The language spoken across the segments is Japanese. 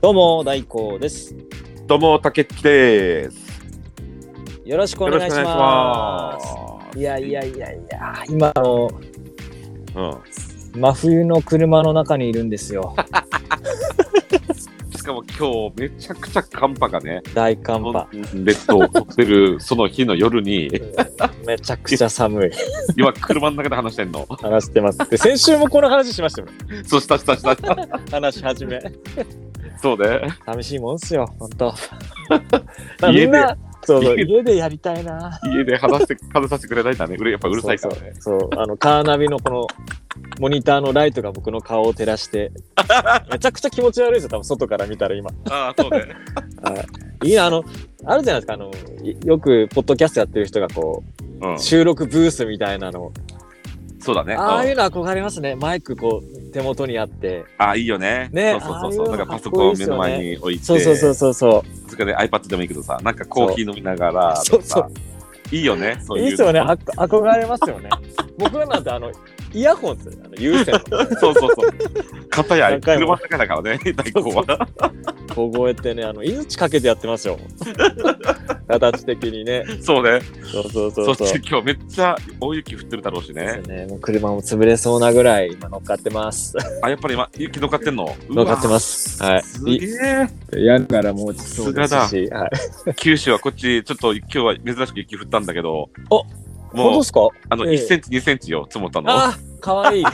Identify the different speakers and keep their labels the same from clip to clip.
Speaker 1: どうも大光です。
Speaker 2: どうも、竹内です。
Speaker 1: よろしくお
Speaker 2: よろ
Speaker 1: 願
Speaker 2: し
Speaker 1: い
Speaker 2: く
Speaker 1: し
Speaker 2: お願いし
Speaker 1: ま。
Speaker 2: ますす。
Speaker 1: いやいやいやいや、今あの
Speaker 2: う
Speaker 1: 真冬の車の中にいるんです よ。
Speaker 2: ん、しかも今日めちゃくちゃ寒波がね、
Speaker 1: 大寒波。
Speaker 2: 列島を取ってるその日の夜に、
Speaker 1: めちゃくちゃ寒い。
Speaker 2: 今車の中で話してんの。
Speaker 1: 話してます。で、先週もこの話しましたよね。
Speaker 2: そうしたしたした。
Speaker 1: 話し始め。
Speaker 2: そうね。
Speaker 1: 寂しいもんっすよ、本当。
Speaker 2: 家で
Speaker 1: みんな、そうそう、
Speaker 2: 家
Speaker 1: 家でやりたいな。
Speaker 2: 家で話して、話させてくれないんだね。うれやっぱうるさいからね。
Speaker 1: そう、あのカーナビのこのモニターのライトが僕の顔を照ら して、めちゃくちゃ気持ち悪いですよ、多分外から見たら今。
Speaker 2: ああ、そうね。
Speaker 1: いいな、あの、あるじゃないですか、あの、いよく、ポッドキャストやってる人が、こ
Speaker 2: うん
Speaker 1: う、、収録ブースみたいなの。
Speaker 2: そうだね。
Speaker 1: ああいううんの憧れますね。マイク、こう、手元にあって。
Speaker 2: ああ、いいよね。
Speaker 1: ね
Speaker 2: そうそう
Speaker 1: ああい
Speaker 2: そうう
Speaker 1: の
Speaker 2: そう。なんかパソコンを目の前に置いて、
Speaker 1: そうそうそうそうそ
Speaker 2: それで iPad でもいいけどさ、なんかコーヒー飲みながら
Speaker 1: そ
Speaker 2: と
Speaker 1: う
Speaker 2: か
Speaker 1: そ
Speaker 2: さ
Speaker 1: う、。
Speaker 2: いいよね。そうう
Speaker 1: い
Speaker 2: いう
Speaker 1: い
Speaker 2: の
Speaker 1: っすよね。あ憧れますよね。 僕らなんて、あの、イヤホンっすよね。あの有線 の。
Speaker 2: そうそうそう。片や
Speaker 1: 何回
Speaker 2: 車
Speaker 1: も
Speaker 2: の中だからね、大工は。
Speaker 1: 小声ってね、あの、命かけてやってますよ。形的にね。
Speaker 2: そうね。
Speaker 1: そうそうそ
Speaker 2: そうっ
Speaker 1: そう。
Speaker 2: ち今日めっちゃ大雪降ってるだろうし
Speaker 1: です
Speaker 2: ね。
Speaker 1: ね、もう車も潰れそうなぐらい今乗っかってます。
Speaker 2: あ、やっぱり今、雪乗っかってんの。
Speaker 1: 乗っかってますす。はい。
Speaker 2: すげえ。
Speaker 1: いやるからもうちょっとですし。はい。
Speaker 2: 九州はこっち、ちょっと今日は珍しく雪降ったんだけど。
Speaker 1: お本当
Speaker 2: もう
Speaker 1: っ、すか
Speaker 2: あの、
Speaker 1: ええ
Speaker 2: 1センチ、2センチよ、積もったの。
Speaker 1: あーか わいいい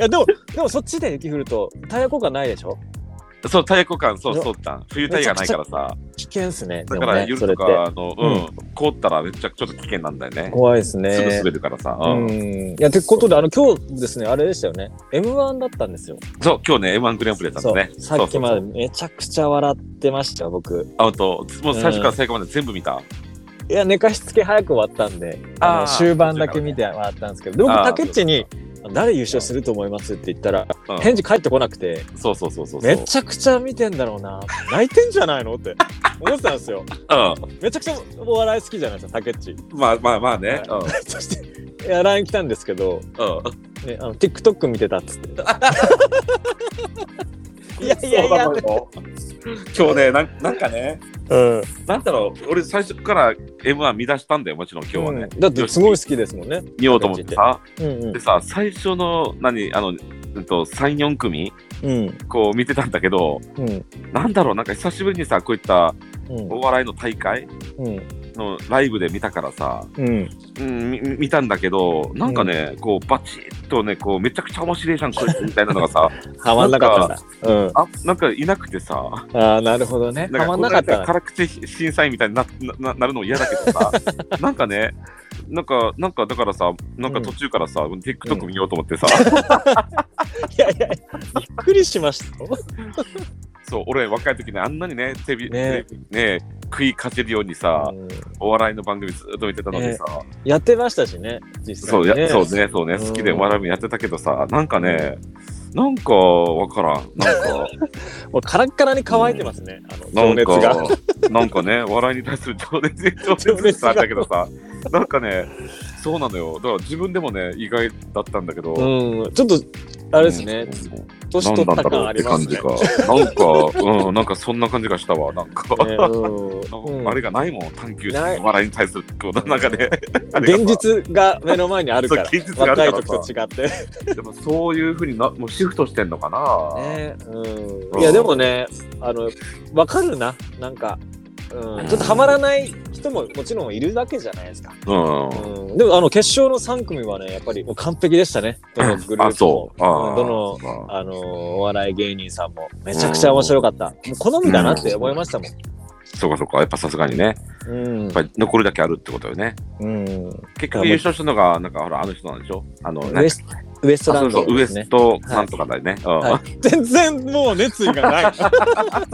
Speaker 1: やでもでもそっちで雪降るとタイヤ交換ないでしょ
Speaker 2: そう、タイヤ交換、そう、そうだ。冬タイヤがないからさ。
Speaker 1: 危険っすね
Speaker 2: だから、
Speaker 1: で
Speaker 2: 夜
Speaker 1: もね
Speaker 2: と
Speaker 1: それっ
Speaker 2: か、あの、うん、凍ったらめっちゃちょっと危険なんだよ
Speaker 1: て
Speaker 2: ね。
Speaker 1: 怖いです
Speaker 2: すぐ
Speaker 1: ね
Speaker 2: 滑るからさ。
Speaker 1: う
Speaker 2: うん
Speaker 1: ん、いや、ということで、あの、今日ですね、あれでしたよね。M1 だったんですよ。
Speaker 2: そう、今日ね、M1 グレンプリだったん
Speaker 1: そ
Speaker 2: だね。
Speaker 1: う。さっきま
Speaker 2: そう
Speaker 1: でめちゃくちゃ笑ってましたよ、僕。
Speaker 2: そうそうあと、もう最初から最後まで全部見た。
Speaker 1: いや、寝かしつけ早く終わったんで、あ
Speaker 2: あ
Speaker 1: の
Speaker 2: ー
Speaker 1: 終盤だけ見て笑ったんですけど、でも、
Speaker 2: あー
Speaker 1: 竹内に、誰優勝すると思いますって言ったら、
Speaker 2: うん
Speaker 1: 返事返ってこなくて、
Speaker 2: そうそうそうそうそ
Speaker 1: め
Speaker 2: う。
Speaker 1: ちゃくちゃ見てんだろうな、泣いてんじゃないのって思ってたんですよ。
Speaker 2: う
Speaker 1: めちゃくちゃお笑い好きじゃないですか、竹内。
Speaker 2: ん。まあまあまあね。うん。
Speaker 1: そして、いや、LINE 来たんですけど、
Speaker 2: う
Speaker 1: ね、あの TikTok 見てたっつって。いやい
Speaker 2: ん。
Speaker 1: やいや、
Speaker 2: 今日ねなん、なんかね、
Speaker 1: うん、
Speaker 2: なんだろう、俺最初から M1 見出したんだよ、もちろん今日はね。
Speaker 1: うんだってすごい好きですもんね。
Speaker 2: 見ようと思ってさ。
Speaker 1: うんうん
Speaker 2: でさ、最初の、何、あの、うんと、3、4組、
Speaker 1: うん
Speaker 2: こう見てたんだけど、
Speaker 1: うん
Speaker 2: なんだろう、なんか久しぶりにさ、こういった
Speaker 1: うん
Speaker 2: お笑いの大会
Speaker 1: うん
Speaker 2: のライブで見たからさ、
Speaker 1: うん。
Speaker 2: うん、み見たんだけど、なんかね、こう、バチッとね、こう、めちゃくちゃ面白いじゃん、こいつみたいなのがさ、
Speaker 1: はまんなかったんだ。うん。
Speaker 2: あ、なんかいなくてさ、
Speaker 1: ああ、なるほどね。
Speaker 2: な
Speaker 1: はま
Speaker 2: んかこ
Speaker 1: ん
Speaker 2: ん
Speaker 1: なか
Speaker 2: な
Speaker 1: っ
Speaker 2: やつ
Speaker 1: た
Speaker 2: が
Speaker 1: な。
Speaker 2: 辛口審査員みたいになななるのも嫌だけ どさなんかねなんかなんかだからさなんか途中からさ、TikTok 見ようと思って さ、
Speaker 1: いやいや、びっくりしましたよ。
Speaker 2: そう俺若い時ねあんなにねテレビ
Speaker 1: ね
Speaker 2: ねね食いかじるようにさ、
Speaker 1: うん
Speaker 2: お笑いの番組ずっと見てたのにさ、
Speaker 1: やってましたしね、実際
Speaker 2: そう
Speaker 1: に
Speaker 2: や
Speaker 1: ね。
Speaker 2: そうねそうね
Speaker 1: うん
Speaker 2: 好きでお笑いもやってたけどさなんかねなんかわからんな んか
Speaker 1: もうカラッカラに乾いてますね、あの情
Speaker 2: なん
Speaker 1: 熱
Speaker 2: か
Speaker 1: が。
Speaker 2: なんかね笑いに対する情熱情熱があんだけどさなんかねそうなのよだから自分でもね意外だったんだけど、
Speaker 1: うん、ちょっと、あれですね、年取った感ありますね。
Speaker 2: なんか、うん、なんかそんな感じがしたわ。なんか、
Speaker 1: ねうんうん
Speaker 2: あれがないもん、探求
Speaker 1: ない
Speaker 2: 心、笑いに対する、こう、なんかね、あれがさ
Speaker 1: 現実が目の前にあるから、
Speaker 2: そう現実があるからさ
Speaker 1: 若い時と違って。
Speaker 2: でもそういうふうにな、もうシフトしてんのかな。
Speaker 1: ねう、
Speaker 2: うんん
Speaker 1: いや、でもね、あの、わかるな、なんか、うん、ちょっとハマらない人ももちろんいるわけじゃないですか。
Speaker 2: うん。
Speaker 1: うん、でも、あの、決勝の3組はね、やっぱりもう完璧でしたね、どのグルー
Speaker 2: あ、
Speaker 1: プも
Speaker 2: そ。う。あ
Speaker 1: どの
Speaker 2: そうか
Speaker 1: あのお笑い芸人さんもめちゃくちゃ面白かった。もう好みだなって思いましたもん。
Speaker 2: そうか、そうか、やっぱさすがにね、や
Speaker 1: うん
Speaker 2: っぱり残るだけあるってことよね。
Speaker 1: うん、
Speaker 2: 結局優勝したのが、なんか、ほら、あの人なんでしょあの、
Speaker 1: ウエスウエストラ
Speaker 2: あそ
Speaker 1: ン
Speaker 2: うそ
Speaker 1: ド
Speaker 2: うウ
Speaker 1: で
Speaker 2: エ
Speaker 1: すね
Speaker 2: ス。トなんとかだよね。うん
Speaker 1: はい全然もう熱意がない。
Speaker 2: そ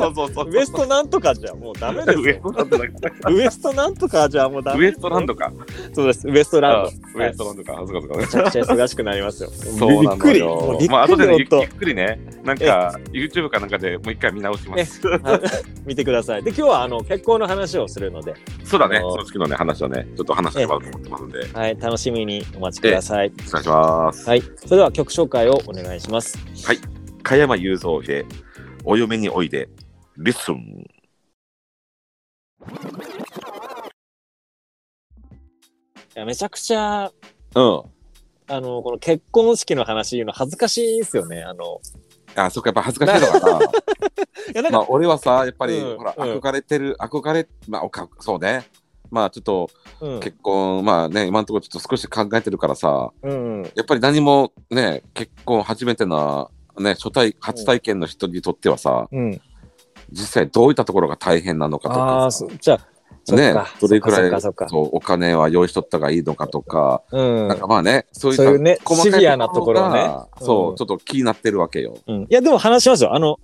Speaker 2: うそうそう。
Speaker 1: ウエストなんとかじゃもうダメです
Speaker 2: ウエス
Speaker 1: よ。
Speaker 2: トなんとか
Speaker 1: ウエストなんとかじゃもうダ
Speaker 2: ウ
Speaker 1: メ
Speaker 2: エ
Speaker 1: です
Speaker 2: ス
Speaker 1: よ
Speaker 2: トランドか。
Speaker 1: そうです。ウエストランド。
Speaker 2: うんウエストランドか。あそうかそうか
Speaker 1: めちゃくちゃ忙しくなりますよ。
Speaker 2: そう
Speaker 1: び
Speaker 2: な
Speaker 1: っく
Speaker 2: の
Speaker 1: り。
Speaker 2: よ。
Speaker 1: もうびっ
Speaker 2: まあ後
Speaker 1: くり
Speaker 2: でねゆっ
Speaker 1: 本
Speaker 2: ゆっくりね、なんか YouTube かなんかでもう一回見直します。
Speaker 1: 当はい 見てください。で今日はあの結婚の話をするので、
Speaker 2: そうだね、
Speaker 1: あの
Speaker 2: その時のね話をね、ちょっと話してもらおうと思ってますんで、
Speaker 1: はい楽しみにお待ちください。
Speaker 2: お願いします。
Speaker 1: はい。それでは曲紹介をお願いします。
Speaker 2: 加山雄三でお嫁においで、リスン。
Speaker 1: や、めちゃくちゃ、
Speaker 2: うん。
Speaker 1: あの、この結婚式の話言うの恥ずかしいですよね。あの、
Speaker 2: あ、そっか、やっぱ恥ずかしいのかな。
Speaker 1: いや、なん
Speaker 2: ま
Speaker 1: か、
Speaker 2: あ、俺はさ、やっぱり、
Speaker 1: うん
Speaker 2: ほら、
Speaker 1: うん
Speaker 2: 憧れてる、憧れ、まあ、おかそうね。まあ、ちょっと
Speaker 1: うん、
Speaker 2: 結婚、まあね、今のところちょっと少し考えてるからさ、
Speaker 1: うん、
Speaker 2: やっぱり何もね、結婚初めてな、ね、初体、初体験の人にとってはさ、
Speaker 1: うん。
Speaker 2: 実際どういったところが大変なのかと
Speaker 1: あ
Speaker 2: か
Speaker 1: あ、
Speaker 2: さ
Speaker 1: そじゃあ、そっ
Speaker 2: ね
Speaker 1: か、
Speaker 2: どれくら
Speaker 1: そ
Speaker 2: い
Speaker 1: っか、そっか、そっ
Speaker 2: そう、お金は用意しとった方がいいのかとか、
Speaker 1: か。うん
Speaker 2: なんかまあね、そうい
Speaker 1: そういうね
Speaker 2: 細かい
Speaker 1: シビアなところね
Speaker 2: がそう、
Speaker 1: うん
Speaker 2: ちょっと気になってるわけよ。
Speaker 1: うん。いや、でも話しますよ。あの、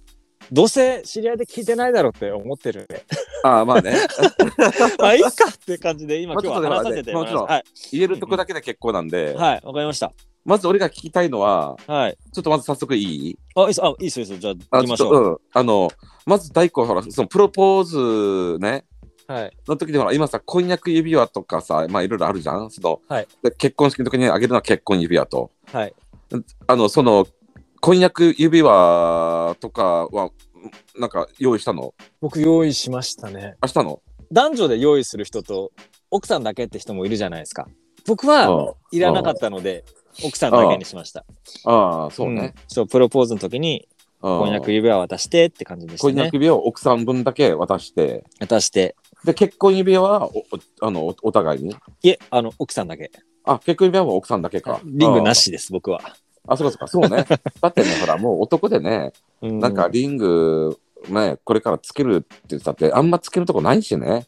Speaker 1: どうせ知り合いで聞いてないだろうって思ってるんで。
Speaker 2: ああ、まあね、
Speaker 1: まあ、いいかっていう感じで、今、
Speaker 2: ま
Speaker 1: 今
Speaker 2: あ
Speaker 1: 日
Speaker 2: ちょっと
Speaker 1: は話させてもらいま
Speaker 2: まあ
Speaker 1: す。はい。
Speaker 2: 言えるとこだけで結構なんで、
Speaker 1: はい、わかりました。
Speaker 2: まず俺が聞きたいのは、
Speaker 1: はい。
Speaker 2: ちょっとまず早速いい
Speaker 1: あ、いいです、あ、いいです、いいです。じゃあ、
Speaker 2: あ
Speaker 1: 行きましょう。
Speaker 2: うん、あのまず大工ほらそのプロポーズね
Speaker 1: はい。
Speaker 2: の時でほら今さ婚約指輪とかさまあいろいろあるじゃんその、
Speaker 1: はい
Speaker 2: で結婚式の時にあげるのは結婚指輪と
Speaker 1: はい。
Speaker 2: あのその婚約指輪とかはんなんか用意したの
Speaker 1: 僕、用意しましたね。
Speaker 2: あしたの
Speaker 1: 男女で用意する人と、奥さんだけって人もいるじゃないですか。僕は、いらなかったので、奥さんだけにしました。
Speaker 2: ああそうね
Speaker 1: ん、そう、プロポーズの時に、
Speaker 2: うん
Speaker 1: 婚約指輪渡してって感じでした
Speaker 2: 婚
Speaker 1: ね
Speaker 2: 約。指輪を奥さん分だけ渡して
Speaker 1: 渡して。
Speaker 2: で結婚指輪はおおあのおお互いに
Speaker 1: いえ、あの、奥さんだけ。
Speaker 2: あ結婚指輪は奥さんだけか
Speaker 1: リングな
Speaker 2: し
Speaker 1: しです、僕は。
Speaker 2: あそうかそうかそう ねだってねほらもう男でねな
Speaker 1: なん
Speaker 2: か、リング、ね、これからつけるって言ってたって、あんまつけるとこないしね。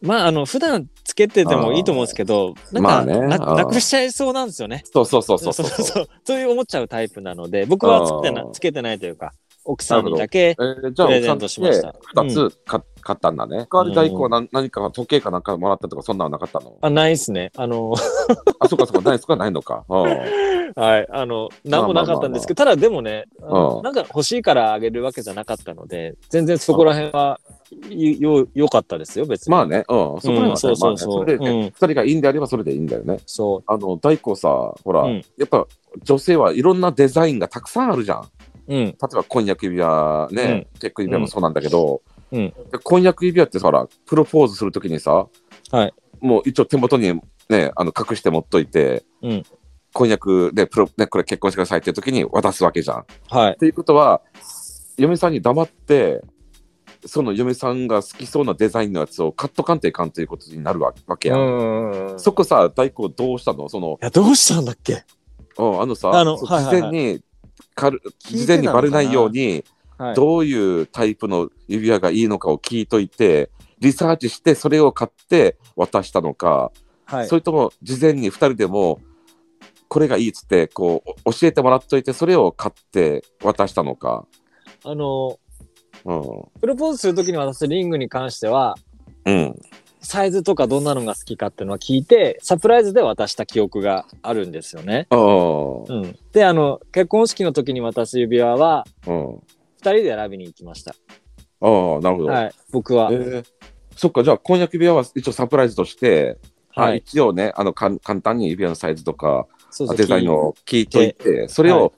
Speaker 1: まあ、あの、普段つけててもいいと思うんですけど、なん
Speaker 2: まあ
Speaker 1: か、
Speaker 2: ね
Speaker 1: な
Speaker 2: うん
Speaker 1: なくしちゃいそうなんですよね。
Speaker 2: そうそうそうそうそう。
Speaker 1: そうそうそういう思っちゃうタイプなので、僕はつけてな
Speaker 2: うん
Speaker 1: つけてないというか、奥さんにだけ、
Speaker 2: えーじゃあ、
Speaker 1: プレゼントしました
Speaker 2: 2つか買ったんだね。代わり大工は何何か時計かなんかもらったとか、そんなのなかった の
Speaker 1: あ、ないですね。あの、
Speaker 2: あ、そうかそうか、ないそこはないのか。うん
Speaker 1: はい、あの、なんもなかったんですけど、ただでもね、あ
Speaker 2: うん
Speaker 1: のなんか欲しいからあげるわけじゃなかったので、全然そこら辺は、よ、良かったですよ、別に。
Speaker 2: まあね、うん、そこら辺はね、
Speaker 1: うんそうそうそう
Speaker 2: まあねそれでね、
Speaker 1: うん
Speaker 2: 2人がいいんであればそれでいいんだよね。
Speaker 1: そ
Speaker 2: あの、大工さ、ほら、
Speaker 1: うん
Speaker 2: やっぱ女性はいろんなデザインがたくさんあるじゃん。
Speaker 1: う。うん。
Speaker 2: 例えば婚約指輪ね、結婚指輪もそうなんだけど、
Speaker 1: うんうん
Speaker 2: で婚約指輪ってさほらプロポーズするときにさ、
Speaker 1: はい
Speaker 2: もう一応手元にねあの隠して持っといて、
Speaker 1: うん
Speaker 2: 婚約でプロ、ね、これ結婚してくださいっていうときに渡すわけじゃん。っ
Speaker 1: はい。
Speaker 2: ていうことは嫁さんに黙ってその嫁さんが好きそうなデザインのやつをカット鑑定感ということになるわわけやん。
Speaker 1: ん
Speaker 2: そこさ大工どうしたのその
Speaker 1: いや、どうしたんだっけ
Speaker 2: うんあのさ
Speaker 1: あの
Speaker 2: そう
Speaker 1: はいはいはい
Speaker 2: 事前にかる
Speaker 1: 聞
Speaker 2: 事
Speaker 1: いて
Speaker 2: 前
Speaker 1: なの
Speaker 2: に
Speaker 1: かな
Speaker 2: バレないように
Speaker 1: はい
Speaker 2: どういうタイプの指輪がいいのかを聞いといて、リサーチして、それを買って渡したのか、
Speaker 1: はい
Speaker 2: そ。れとも事前に2人でも、これがいいっつって、こう、教えてもらっといて、それを買って渡したのか。
Speaker 1: あの、
Speaker 2: うん。
Speaker 1: プロポーズするときに渡すリングに関しては、
Speaker 2: うん。
Speaker 1: サイズとかどんなのが好きかっていうのは聞いて、サプライズで渡した記憶があるんですよね。
Speaker 2: ああ。
Speaker 1: うん。で、あの、結婚式の時に渡す指輪は、
Speaker 2: うん。
Speaker 1: 二人で選びに行きました。
Speaker 2: ああ、なるほど。
Speaker 1: はい。僕は
Speaker 2: え。ーそっか、じゃあ、婚約指輪は一応サプライズとして、
Speaker 1: は
Speaker 2: あ
Speaker 1: い。
Speaker 2: 一応ね、あの、かん簡単に指輪のサイズとか、
Speaker 1: そう
Speaker 2: デザインを聞いといて、それを、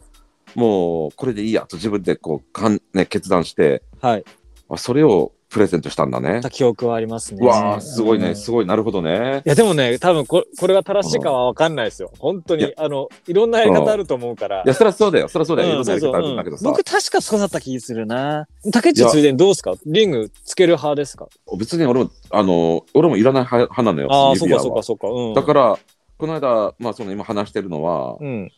Speaker 2: もうこれでいいやと自分でこうかん、ね、決断して、
Speaker 1: はい。
Speaker 2: あそれをプレゼントしたんだね
Speaker 1: た。記憶はありますね。
Speaker 2: うわあ、すごいうね、
Speaker 1: ん
Speaker 2: すごい、なるほどね
Speaker 1: い。やでもね、多分ここれが正しいかは分かんないですよ。本当
Speaker 2: いや
Speaker 1: に、あの、いろんなやり方あると思うから
Speaker 2: いや、。そりゃそうだよ、そりゃそうだよ、いろ
Speaker 1: うん
Speaker 2: んな
Speaker 1: そ
Speaker 2: や
Speaker 1: う
Speaker 2: り
Speaker 1: そう
Speaker 2: 方ある
Speaker 1: うん
Speaker 2: だけど
Speaker 1: ん
Speaker 2: さ、
Speaker 1: 僕確かそうだった気するな。竹内ついでにどうですかリングつける派ですか
Speaker 2: 別に俺も、あの、俺もいらない派派なのよ、
Speaker 1: ああ、そっ
Speaker 2: 指輪
Speaker 1: か
Speaker 2: は。
Speaker 1: そっかそっか。うん。
Speaker 2: だから、この間、まあ、その今話してるのは、
Speaker 1: うん。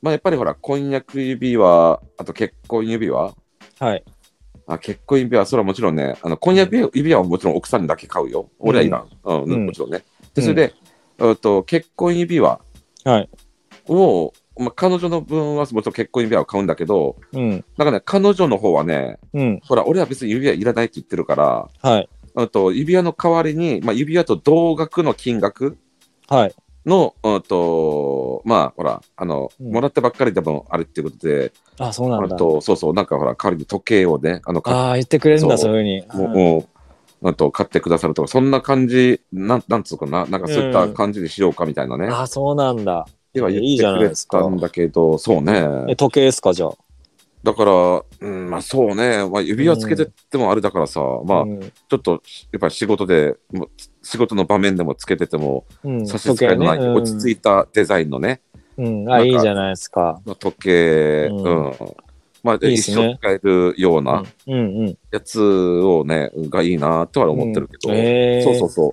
Speaker 2: まあ、やっぱりほら、婚約指輪、あと結婚指輪、
Speaker 1: はい。
Speaker 2: あ結婚指輪、それはもちろんね、あの婚約指輪はもちろん奥さんにだけ買うよ。俺はいらん。うん、
Speaker 1: うん
Speaker 2: もちろんね。で、それで、うん、と結婚指輪
Speaker 1: はい
Speaker 2: を、まあ、彼女の分はもちろん結婚指輪を買うんだけど、
Speaker 1: うん。
Speaker 2: なんかね、彼女の方はね、
Speaker 1: うん。
Speaker 2: ほら、俺は別に指輪いらないって言ってるから、
Speaker 1: はい。
Speaker 2: うんと指輪の代わりに、まあ、指輪と同額の金額
Speaker 1: はい。
Speaker 2: の、うんと、まあ、ほら、あの、
Speaker 1: うん
Speaker 2: もらったばっかりでもあれっていうことで、
Speaker 1: あ、そうなん
Speaker 2: うん
Speaker 1: だ。
Speaker 2: と、そうそう、なんかほら、代わりに時計をね、あの、買っ
Speaker 1: ああ、言ってくれるんだ、
Speaker 2: そ
Speaker 1: そうういうふうに。うん
Speaker 2: もう、なんと買ってくださるとか、そんな感じ、なんなんつうかな、なんかそういった感じにしようかみたいなね、
Speaker 1: ああ、そうなんだ。
Speaker 2: では言
Speaker 1: いいじゃ
Speaker 2: っ
Speaker 1: ない
Speaker 2: てくれ
Speaker 1: ですか
Speaker 2: たんだけど、そうね、
Speaker 1: え、時計ですか、じゃあ。
Speaker 2: だから、うん、まあそうね、まあ、指輪つけてってもあれだからさ、まあ
Speaker 1: うん
Speaker 2: ちょっとやっぱり仕事でもう仕事の場面でもつけてても
Speaker 1: うん
Speaker 2: 差し支えのない、落ち着
Speaker 1: い
Speaker 2: いたデザインのね、
Speaker 1: うん、あ、いいじゃないですか。
Speaker 2: の時計、
Speaker 1: う
Speaker 2: うんんまあ、
Speaker 1: いいっす
Speaker 2: 一
Speaker 1: ね
Speaker 2: 生使えるような
Speaker 1: うんうん。
Speaker 2: やつをね、がいいなとは思ってるけど、
Speaker 1: うんへー
Speaker 2: そうそうそう。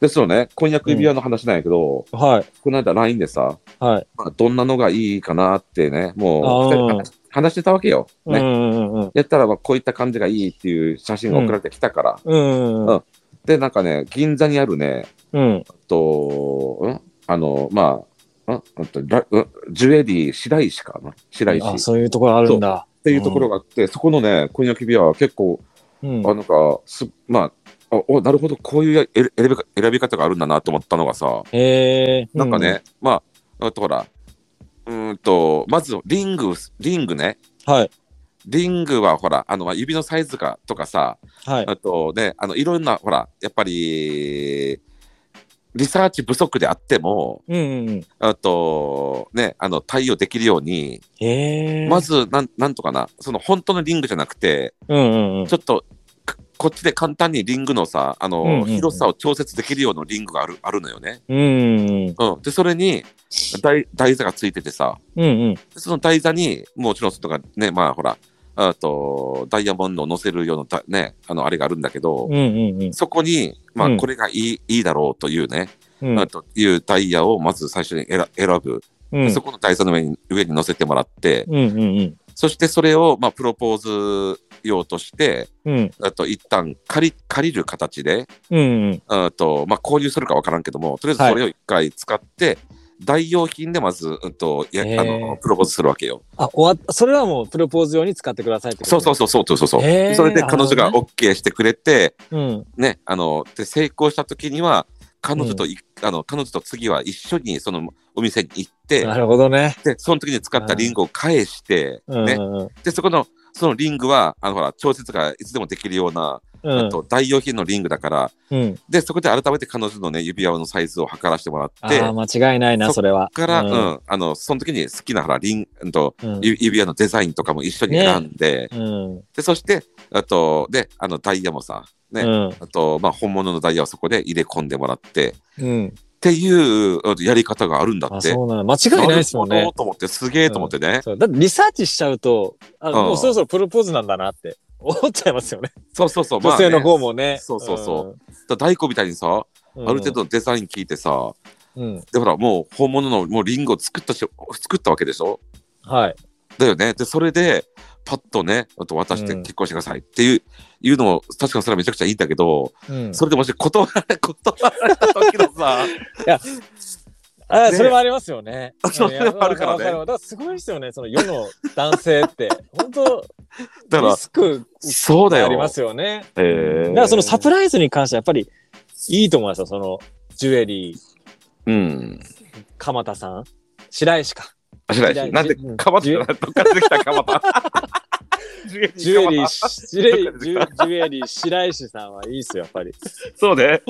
Speaker 2: ですよね、婚約指輪の話なんやけど、
Speaker 1: はい、
Speaker 2: この間 LINE でさ、
Speaker 1: はい。
Speaker 2: まあ、どんなのがいいかなってね、もう
Speaker 1: あー
Speaker 2: 二人で話し話してたわけよ。ね
Speaker 1: うんうんうん
Speaker 2: やったらまあこういった感じがいいっていう写真が送られてきたから。
Speaker 1: うん。うん。
Speaker 2: で、なんかね、銀座にあるね、
Speaker 1: うん。
Speaker 2: と、うん、あの、まあ、うんうんとラうんジュエリー白石かな白石
Speaker 1: あ、
Speaker 2: っ
Speaker 1: そういうところあるんだ。
Speaker 2: ていうところがあって、そこのね、婚約指輪は結構、
Speaker 1: うん。
Speaker 2: あなんかす、まあ、あおなるほど、こういうやえ選びか選び方があるんだなと思ったのがさ、
Speaker 1: へえ。
Speaker 2: なんかね、まあ、あとほら、うーんと、まずリング、リングね、
Speaker 1: うん。はい。
Speaker 2: リングはほら、あのまあ指のサイズかとかさ、
Speaker 1: はい。
Speaker 2: あとね、あのいろんな、ほら、やっぱり、リサーチ不足であっても、
Speaker 1: うんうんうん。
Speaker 2: あと、ね、あの、対応できるように、
Speaker 1: へえ。
Speaker 2: ま、ず、なん、なんとかな、その本当のリングじゃなくて、
Speaker 1: うんうんうん。
Speaker 2: ちょっと、かこっちで簡単にリングのさ、あの、
Speaker 1: うんうんうん
Speaker 2: 広さを調節できるようなリングがある、あるのよね。
Speaker 1: うん
Speaker 2: うん。で、それに、台、台座がついててさ、
Speaker 1: うん。うんうん。
Speaker 2: でその台座に、もちろん、そのがね、まあ、ほら、あと、ダイヤモンドを乗せるようなだ、ね、あの、あれがあるんだけど、
Speaker 1: うんうんうん。
Speaker 2: そこに、ま
Speaker 1: うん
Speaker 2: あ、これがいい,、いいだろうというね、
Speaker 1: うん
Speaker 2: あというダイヤをまず最初に選選ぶ、
Speaker 1: うん。
Speaker 2: そこの台座の上に上に乗せてもらって、
Speaker 1: うんうんうん。
Speaker 2: そしてそれを、まあ、プロポーズ用として、
Speaker 1: うん
Speaker 2: あと一旦借り借りる形で、
Speaker 1: うんうん。
Speaker 2: あとまあ、購入するかわからんけども、とりあえずそれを一回使って、代用品でまず、うんとや
Speaker 1: へー
Speaker 2: あのプロポーズするわけよ。
Speaker 1: あ、終わっそれはもうプロポーズ用に使ってくださいってこと
Speaker 2: そうそうそうそうそうそう。
Speaker 1: へー
Speaker 2: それで彼女
Speaker 1: な
Speaker 2: が
Speaker 1: るほ
Speaker 2: OK してくれて、
Speaker 1: う。うん。
Speaker 2: ね、あの、で、成功した時には、彼女とい、あの、彼女と次は一緒にそのお店に行って、
Speaker 1: なるほどね。
Speaker 2: で、その時に使ったリンゴを返して、
Speaker 1: うんう
Speaker 2: ね、
Speaker 1: んうん。
Speaker 2: で、そこの、そのリングは、あの、ほら、調節がいつでもできるような、
Speaker 1: うん
Speaker 2: あと、代用品のリングだから、
Speaker 1: うん。
Speaker 2: で、そこで改めて彼女のね、指輪のサイズを測らせてもら
Speaker 1: あ
Speaker 2: って、
Speaker 1: あ、間違いないな、
Speaker 2: そっ
Speaker 1: それは。
Speaker 2: から、うん、
Speaker 1: うん
Speaker 2: あの、その時に好きな、ほら、リン、うんと、
Speaker 1: うん。
Speaker 2: ゆ指輪のデザインとかも一緒に選んで、
Speaker 1: うん。
Speaker 2: で、そして、あと、で、あの、ダイヤもさ、ね、
Speaker 1: うん
Speaker 2: あと、まあ、本物のダイヤをそこで入れ込んでもらって、
Speaker 1: うん。
Speaker 2: っていううんやり方があるんだ
Speaker 1: あ、
Speaker 2: って。
Speaker 1: そうなの。間違いないですもん
Speaker 2: なる
Speaker 1: ね
Speaker 2: ほ。どと思って、すげえと思ってね。
Speaker 1: そうだってリサーチしちゃうと、あ
Speaker 2: うん
Speaker 1: もうそろそろプロポーズなんだなって思っちゃいますよね。
Speaker 2: そうそうそう。
Speaker 1: 女性の
Speaker 2: ま
Speaker 1: 方もね。
Speaker 2: そうそうそあね、大工みたいにさ、
Speaker 1: うん。
Speaker 2: ある程度のデザイン聞いてさ、
Speaker 1: うん。うん。
Speaker 2: で、ほら、もう本物のもうリンゴを作ったし、作ったわけでしょ
Speaker 1: はい。
Speaker 2: だよね。で、それで、パッとね、あと渡して
Speaker 1: うん
Speaker 2: 結婚してくださいっていう、いうのも、確かにそれはめちゃくちゃいいんだけど、
Speaker 1: うん。
Speaker 2: それでもし断られ、断られた時のさ、
Speaker 1: あ
Speaker 2: ね
Speaker 1: それもありますよね。
Speaker 2: それもあるからね
Speaker 1: いやわわわだからすごいですよね、その世の男性って。本当
Speaker 2: だから
Speaker 1: リ、スク
Speaker 2: そうだよ。
Speaker 1: ありますよね。
Speaker 2: えー
Speaker 1: だからそのサプライズに関してはやっぱりいいと思いますよ、そのジュエリー、
Speaker 2: うん。
Speaker 1: 鎌田さん、白石か。
Speaker 2: あ、白石。なんで、かばって、 どっから出てきたか ばた。ジュエ
Speaker 1: ジュエリー、
Speaker 2: 蒲田
Speaker 1: ジュエリー、ジュジュエリー、白石さんはいいですよ、やっぱり。
Speaker 2: そうね。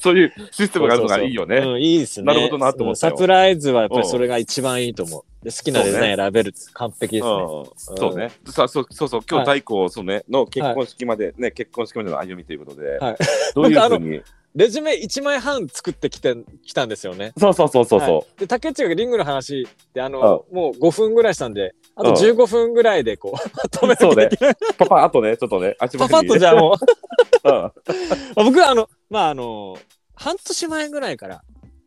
Speaker 2: そういうシステムがあるのがいいよね。
Speaker 1: うん、いいですね。
Speaker 2: なるほどなと思ったよ
Speaker 1: うんサプライズはやっぱりそれが一番いいと思う。で好きなデザイン選べるって完璧ですね。
Speaker 2: うんそうね。さそうそうそう、今日
Speaker 1: は
Speaker 2: 大工そうねの結婚式までね、結婚式までの歩みということで
Speaker 1: はい、
Speaker 2: どういうふうに。
Speaker 1: レジュメ1枚半作ってきてきたんですよね。
Speaker 2: そうそうそうそう
Speaker 1: は
Speaker 2: そ
Speaker 1: いで竹内がリングの話であのもう5分ぐらいしたんであと
Speaker 2: うん
Speaker 1: 15分ぐらいでこうまとめ
Speaker 2: そう
Speaker 1: な
Speaker 2: ね
Speaker 1: きゃいけない
Speaker 2: う。パパあとね、ちょっとね、あち
Speaker 1: パパッとじゃあもう
Speaker 2: ゃ
Speaker 1: 僕はあのまああの半年前ぐらいから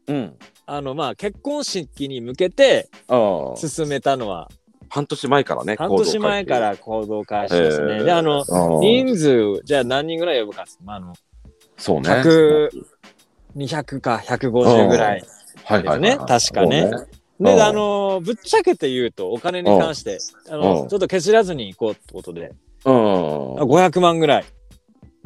Speaker 2: うん。うん。
Speaker 1: あのまあ結婚式に向けて
Speaker 2: うん
Speaker 1: 進めたのは
Speaker 2: 半年前からね。
Speaker 1: 半年前か
Speaker 2: 行
Speaker 1: ら行動開始です
Speaker 2: へ
Speaker 1: ね。
Speaker 2: ー
Speaker 1: であの
Speaker 2: 動会議。うん
Speaker 1: 人数じゃあ何人ぐらい呼ぶかっつってまああの
Speaker 2: そうね。
Speaker 1: 100 200か150ぐらい。
Speaker 2: はいはいはいはい
Speaker 1: ですね確かね
Speaker 2: そう
Speaker 1: で、
Speaker 2: うん
Speaker 1: あのぶっちゃけて言うとお金に関してあ
Speaker 2: う
Speaker 1: の
Speaker 2: ん
Speaker 1: ちょっと蹴らずに行こうってことであ
Speaker 2: う
Speaker 1: 500万ぐらい
Speaker 2: ん。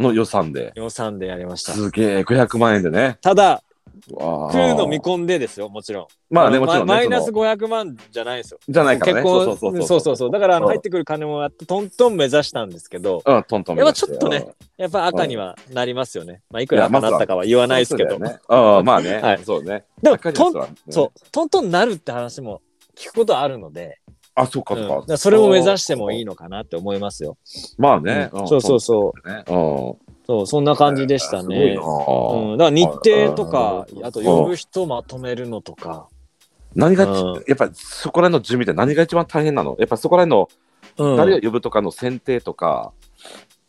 Speaker 2: の予算で。
Speaker 1: 予算でやりました。
Speaker 2: すげえ、500万円でね。
Speaker 1: ただ、
Speaker 2: 来
Speaker 1: 来るの見込んでですよ、もちろん。
Speaker 2: まあね、
Speaker 1: の
Speaker 2: もちろんね。
Speaker 1: マイマイナス
Speaker 2: その
Speaker 1: 500万じゃないですよ。
Speaker 2: じゃないから
Speaker 1: 結
Speaker 2: ね。
Speaker 1: 構、
Speaker 2: そうそうそう
Speaker 1: そうそうそうだから、あの
Speaker 2: うん
Speaker 1: 入ってくる金もやって、トントン目指したんですけど、
Speaker 2: うん、トントン見ましたよ。
Speaker 1: やっぱちょっとねやっぱ赤にはなりますよね。まあ、いくら
Speaker 2: いやま
Speaker 1: 赤
Speaker 2: ずは
Speaker 1: なったかは言わないですけど。
Speaker 2: そうだよねああ、まあね。
Speaker 1: はい
Speaker 2: そうね。
Speaker 1: でも、
Speaker 2: 赤いやつ
Speaker 1: トン、
Speaker 2: はね
Speaker 1: そう、トントンなるって話も聞くことあるので、
Speaker 2: ああ、そうか、
Speaker 1: うん
Speaker 2: そう
Speaker 1: だ
Speaker 2: か
Speaker 1: か。らそれを目指してもいいのかなって思いますよ。
Speaker 2: まあね。
Speaker 1: うんそうそうそう
Speaker 2: う。ねうん。
Speaker 1: そう、そんな感じでしたね。
Speaker 2: すごいな
Speaker 1: うん、だから日程とか
Speaker 2: う、ん
Speaker 1: あと呼ぶ人まとめるのとか。
Speaker 2: 何がち
Speaker 1: うん、
Speaker 2: やっぱそこら辺の準備って何が一番大変なのやっぱそこら辺の
Speaker 1: うん、
Speaker 2: 誰を呼ぶとかの選定とか。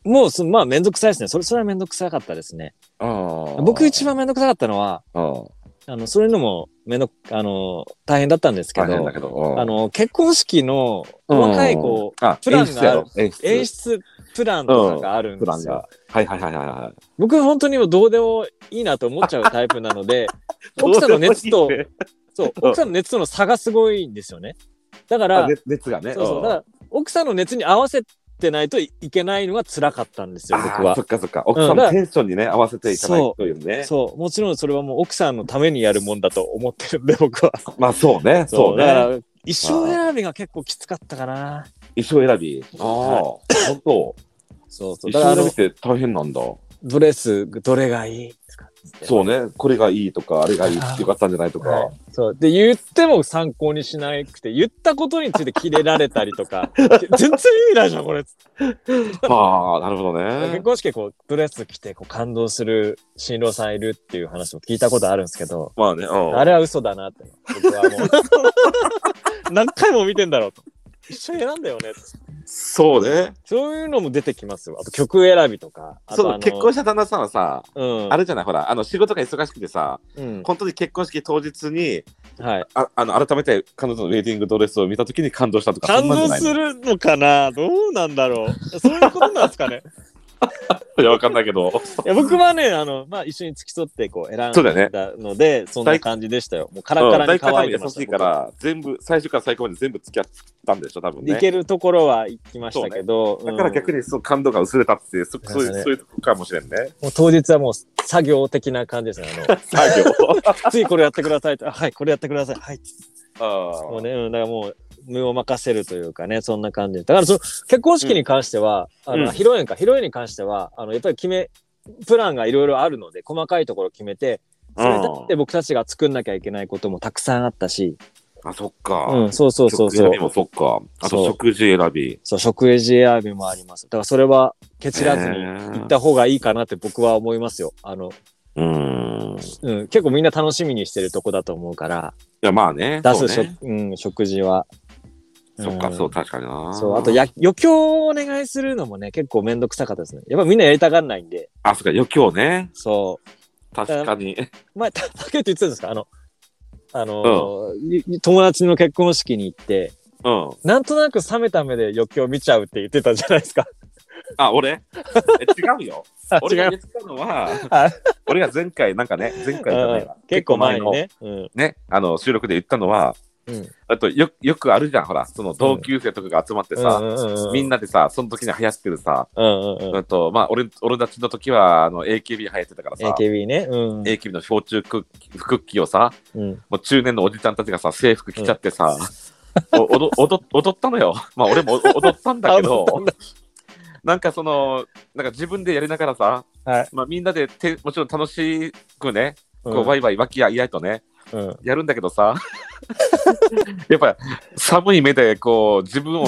Speaker 1: もうす、まあ、めんどくさいですね。それ、それはめんどくさかったですね。
Speaker 2: うん
Speaker 1: 僕一番めんどくさかったのは、
Speaker 2: うん
Speaker 1: あの、そういうのも、めんどく、あの、大変だったんですけ
Speaker 2: 大変
Speaker 1: ど
Speaker 2: だ、けど。うん
Speaker 1: あの、結婚式の
Speaker 2: うん
Speaker 1: 若い子、
Speaker 2: あ
Speaker 1: プランがある
Speaker 2: 演出やろ
Speaker 1: 演
Speaker 2: 演出
Speaker 1: 出プランとかがあるん
Speaker 2: プ
Speaker 1: で
Speaker 2: ラン
Speaker 1: すよ。
Speaker 2: が。はいはいはいはいはい。
Speaker 1: 僕本当にもうどうでもいいなと思っちゃうタイプなの で、奥さんの熱と、そう、
Speaker 2: うん
Speaker 1: 奥さんの熱との差がすごいんですよね。だか
Speaker 2: あ
Speaker 1: ら、
Speaker 2: 熱熱がね。
Speaker 1: そうそう、
Speaker 2: ん
Speaker 1: だから奥さんの熱に合わせてないといけないのが辛かったんですよ、僕
Speaker 2: あー
Speaker 1: は
Speaker 2: そ。っかそっか。奥さ
Speaker 1: うんんだから
Speaker 2: のテンションにね、合わせていかないというね。
Speaker 1: そう、もちろんそれはもう奥さんのためにやるもんだと思って るんで、僕は。
Speaker 2: まあそうね、そう
Speaker 1: だか
Speaker 2: ね。
Speaker 1: ら、一生選びが結構きつかったかな。
Speaker 2: 衣装選び。ああ、本当。
Speaker 1: そうそう。だ
Speaker 2: 衣
Speaker 1: からあ
Speaker 2: 装選び
Speaker 1: の
Speaker 2: っ、て大変なんだ。
Speaker 1: ドレス、どれがいいとかって
Speaker 2: そうね、これがいいとか、あれがいい
Speaker 1: あー
Speaker 2: よかったんじゃないとか
Speaker 1: は。そう。で、言っても参考にしなくて、言ったことについてキレられたりと か、全然意味ないじゃん、これ。
Speaker 2: まあ、なるほどね
Speaker 1: 結。婚式でこう、ドレス着てこう感動する新郎さんいるっていう話も聞いたことあるんですけど、
Speaker 2: まあね、うん
Speaker 1: あれは嘘だなって。僕はも う、何回も見てんだろうと。一緒に選んだよね。
Speaker 2: そうね。
Speaker 1: そういうのも出てきますよ。あと曲選びとか。あ
Speaker 2: そ
Speaker 1: とあ
Speaker 2: の
Speaker 1: の
Speaker 2: 結婚した旦那さんはさ、
Speaker 1: うん。
Speaker 2: あれじゃない、ほら、あの仕事が忙しくてさ、
Speaker 1: うん。
Speaker 2: 本当に結婚式当日に、
Speaker 1: はい。
Speaker 2: ああの改めて彼女のウェディングドレスを見たときに感動したとか、
Speaker 1: 感動す
Speaker 2: る
Speaker 1: るのかなどうなんだろうそういうことなんですかね
Speaker 2: いや、わかんないけど、
Speaker 1: いや僕はね、あの、まあ、一緒に付き添ってこう選ん
Speaker 2: そうだよね
Speaker 1: だので、そんな感じでしたよ。もうカラカラ
Speaker 2: 大
Speaker 1: に乾
Speaker 2: 体多
Speaker 1: い
Speaker 2: 分
Speaker 1: て
Speaker 2: 優
Speaker 1: ました。
Speaker 2: しいから、全部、最初から最後まで全部付き合ったんでしょ、多分
Speaker 1: 僕
Speaker 2: ね。
Speaker 1: 行けるところは行きましたけど、
Speaker 2: だから逆
Speaker 1: に、
Speaker 2: にその感動が薄れたっていう、そ
Speaker 1: ん
Speaker 2: そうい
Speaker 1: なんか
Speaker 2: う
Speaker 1: ね
Speaker 2: そういうとこかもしれんね。
Speaker 1: もう当日はもう作業的な感じですね。あ
Speaker 2: 作業。
Speaker 1: の次これやってくださいって、あはい、これやってください。はい。
Speaker 2: あ
Speaker 1: もうね、うんだからもう、無を任せるというかね、そんな感じで。だからその、結婚式に関しては、
Speaker 2: ん
Speaker 1: あの、
Speaker 2: うん
Speaker 1: 披露宴か、披露宴に関しては、あの、やっぱり決め、プランがいろいろあるので、細かいところ決めて、それだって僕たちが作んなきゃいけないこともたくさんあったし、
Speaker 2: あ、そっか。
Speaker 1: うん、そうそうそう
Speaker 2: 食
Speaker 1: そう
Speaker 2: 選び。もそっか。あと
Speaker 1: そう
Speaker 2: 食事選び。
Speaker 1: そう、食事選びもあります。だからそれは、ケチらずに
Speaker 2: ねえ
Speaker 1: 行った方がいいかなって僕は思いますよ。あの、
Speaker 2: うーん。い
Speaker 1: うん、結構みんな楽しみにしてるとこだと思うから、
Speaker 2: や、まあね。
Speaker 1: 出す
Speaker 2: そう
Speaker 1: 食、
Speaker 2: ね。
Speaker 1: うん、食事は。
Speaker 2: そっか、
Speaker 1: ん
Speaker 2: そう、確かにな。
Speaker 1: そう、あとや余興をお願いするのもね、結構めんどくさかったですね。やっぱみんなやりたがんないんで、
Speaker 2: あ、そっか、余興ね。
Speaker 1: そ
Speaker 2: 確かに。
Speaker 1: う。前、た竹内言ってたんですかあの、あのーい友達の結婚式に行って、
Speaker 2: うん。
Speaker 1: なんとなく冷めた目で余興見ちゃうって言ってたじゃないですか。
Speaker 2: あ、俺 え違うよ。
Speaker 1: あ
Speaker 2: 俺
Speaker 1: 違
Speaker 2: が
Speaker 1: う。
Speaker 2: 言ったのは
Speaker 1: あ、
Speaker 2: 俺が前回、なんかね、前回じゃないわ
Speaker 1: うん結構前に。ね。うん。
Speaker 2: ね、あの、収録で言ったのは、
Speaker 1: うん
Speaker 2: あとよ、よくあるじゃん、ほら、その同級生とかが集まってさ、みん
Speaker 1: な、
Speaker 2: なでさ、その時に流行ってるさ、
Speaker 1: うんうんう。
Speaker 2: うんんと、まあ、俺、俺たちの時は、あの、AKB 流行ってたからさ、
Speaker 1: AKB ね。うん。
Speaker 2: AKB の小中クックッキーをさ、
Speaker 1: うん。
Speaker 2: もう中年のおじちゃんたちがさ、制服着ちゃってさ、お踊踊踊ったのよ。まあ、俺もお踊ったんだ けど、なんかその、なんか自分でやりながらさ、
Speaker 1: はい
Speaker 2: まあ、みんなでて、もちろん楽しくね、こ
Speaker 1: う
Speaker 2: う、
Speaker 1: ん
Speaker 2: ワイワイ、わきあいあいとね、
Speaker 1: うん。
Speaker 2: やるんだけどさ やっぱ寒い目でこう自分を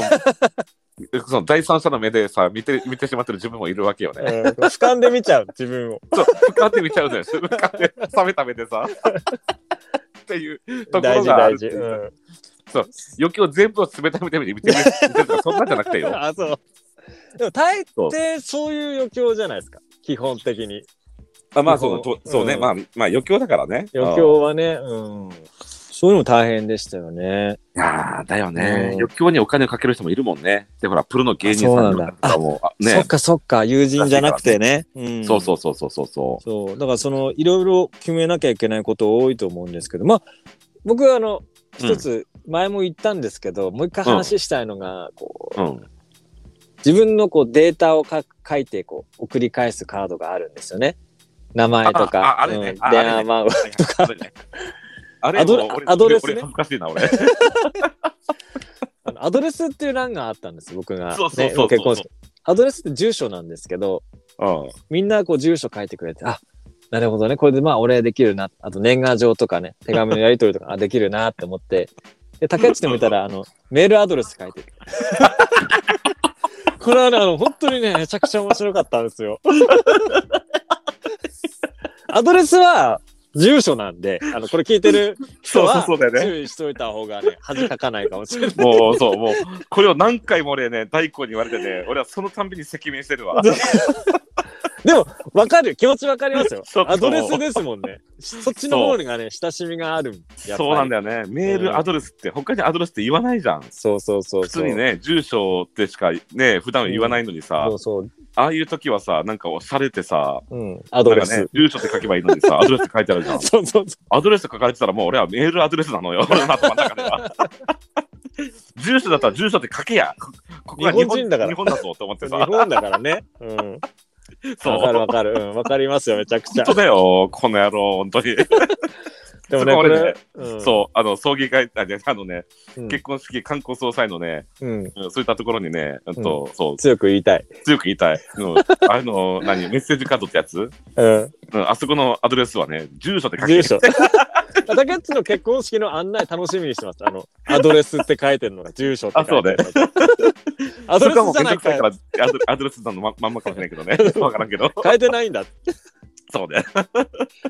Speaker 2: その第三者の目でさ見て見てしまってる自分もいるわけよね。
Speaker 1: うん俯瞰で見ちゃう、自分を。
Speaker 2: そう俯瞰で見ちゃうのよ。俯瞰で冷めた目でさ。っていう とこ
Speaker 1: 大
Speaker 2: ろ
Speaker 1: 事、
Speaker 2: があ
Speaker 1: 大
Speaker 2: る
Speaker 1: 事。うん。
Speaker 2: 余興全部を冷たい目で見て見てるとかそんなんじゃなくてよ。
Speaker 1: あ、そう。でも大抵そういう余興じゃないですか。基本的に。
Speaker 2: あ
Speaker 1: まあそうとそうねま
Speaker 2: あまあ余興だからね。
Speaker 1: 余興はね、うん。そういうのも大変でしたよね。
Speaker 2: いやーだよね
Speaker 1: う。ん
Speaker 2: 余興にお金をかける人もいるもんね。でほらプロの芸人さんとかもあ
Speaker 1: そっ
Speaker 2: ね。
Speaker 1: かそっか、友人じゃなくてね。うん
Speaker 2: そうそうそうそうそうそう。
Speaker 1: そう。だからその、いろいろ決めなきゃいけないこと多いと思うんですけど、まあ、僕はあの、一つ前も言ったんですけど、もう一回話したいのが、こう、
Speaker 2: うん。
Speaker 1: 自分のこうデータをか書いてこう送り返すカードがあるんですよね。名前とか、
Speaker 2: あああれね
Speaker 1: うん
Speaker 2: あ
Speaker 1: 電
Speaker 2: あれ
Speaker 1: 話
Speaker 2: ね
Speaker 1: 番号とか。
Speaker 2: あれ
Speaker 1: アドレ
Speaker 2: もう俺
Speaker 1: アドレスね
Speaker 2: 俺恥ずかしい な、俺。
Speaker 1: あのアドレスっていう欄があったんです、僕が。
Speaker 2: そうそうそうそう
Speaker 1: ね結婚式アドレスって住所なんですけど、
Speaker 2: うん。
Speaker 1: みんなこう住所書いてくれて、あ、なるほどね。これでまあお礼できるな。あと年賀状とかね、手紙のやり取りとか、あ、できるなって思って、で竹内でも見たらあのメールアドレス書いて るこれはねあの本当にねめちゃくちゃ面白かったんです よアドレスは住所なんであのこれ聞いてる人は
Speaker 2: そうそうそうだよね
Speaker 1: 注意しといた方がね恥かかないかもしれない
Speaker 2: もう、そう、もう、これを何回も俺ね、大光に言われてね、俺はそのたんびに赤面して るわ。
Speaker 1: でもわかる気持ちわかりますよ
Speaker 2: そう
Speaker 1: アドレスですもんねそっちの方がね親しみがあるやっぱり
Speaker 2: そうなんだよね。メールアドレスって、他にアドレスって言わないじゃん。
Speaker 1: そうそうそう
Speaker 2: 普
Speaker 1: そ
Speaker 2: 通
Speaker 1: う
Speaker 2: にね、住所ってしかね、普段言わないのにさ、
Speaker 1: そうそう、
Speaker 2: ああいう時はさ、なんかおされてさ、
Speaker 1: うん、アド
Speaker 2: なん
Speaker 1: レ
Speaker 2: か
Speaker 1: ス、
Speaker 2: ね、住所って書けばいいのにさ、アドレスって書いてあるじゃん。
Speaker 1: そうそうそ
Speaker 2: アドレス書かれてたらもう俺はメールアドレスな のよ、 俺の頭の中では。住所だったら住所って書けや。こここが
Speaker 1: 日本人だから
Speaker 2: 日本だぞと思っ
Speaker 1: う
Speaker 2: て
Speaker 1: 日
Speaker 2: さ。
Speaker 1: 本だからねうん
Speaker 2: そう。
Speaker 1: わかるわ
Speaker 2: 本
Speaker 1: かる。うん、わかりますよ、めちゃくちゃ
Speaker 2: 当。だよ、この野郎、本当に。
Speaker 1: でもね、
Speaker 2: そ
Speaker 1: こ
Speaker 2: こまでね
Speaker 1: れ、うん、
Speaker 2: そう、あの、葬儀会、あ、じゃああのね、
Speaker 1: うん、
Speaker 2: 結婚式、観光葬祭のね、
Speaker 1: うん、
Speaker 2: うんそういったところにね、うんと、そ
Speaker 1: 強く言いたい。
Speaker 2: う、強く言いたい。 うん、あの、何、メッセージカードってやつ、
Speaker 1: うん、
Speaker 2: うん、あそこのアドレスはね、住所って書け
Speaker 1: 住 所。竹内の結婚式の案内楽しみにしてます。あの、アドレスって書いてるのが住所って書いてるのが。アド
Speaker 2: そ
Speaker 1: レ
Speaker 2: こはも
Speaker 1: ス
Speaker 2: う
Speaker 1: じゃない
Speaker 2: めんどくさいか
Speaker 1: か。
Speaker 2: ら、アドアドレスなのままんまかもしれないけ どね。わからんけど。
Speaker 1: 変えてないんだ。
Speaker 2: そうね。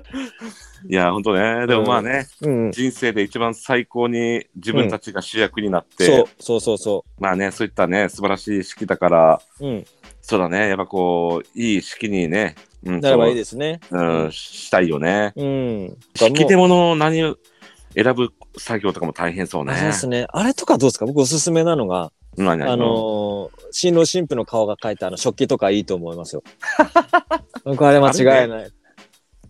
Speaker 2: いや、本当ね。でもまあね、
Speaker 1: うん。
Speaker 2: 人生で一番最高に自分たちが主役になって、
Speaker 1: そう、そうそうそ
Speaker 2: まあね、そういったね、素晴らしい式だから、
Speaker 1: う。うん。
Speaker 2: そうだね、やっぱこう、いい式にね、うん
Speaker 1: なればいいですね。
Speaker 2: うん、したいよね。
Speaker 1: うん。引
Speaker 2: 式手物を何を選ぶ作業とかも大変そうね。
Speaker 1: そうですね。あれとかどうですか僕おすすめなのが、
Speaker 2: うん何々
Speaker 1: あのー、新郎新婦の顔が描いたあの食器とかいいと思いますよ。 僕あれ間違いない。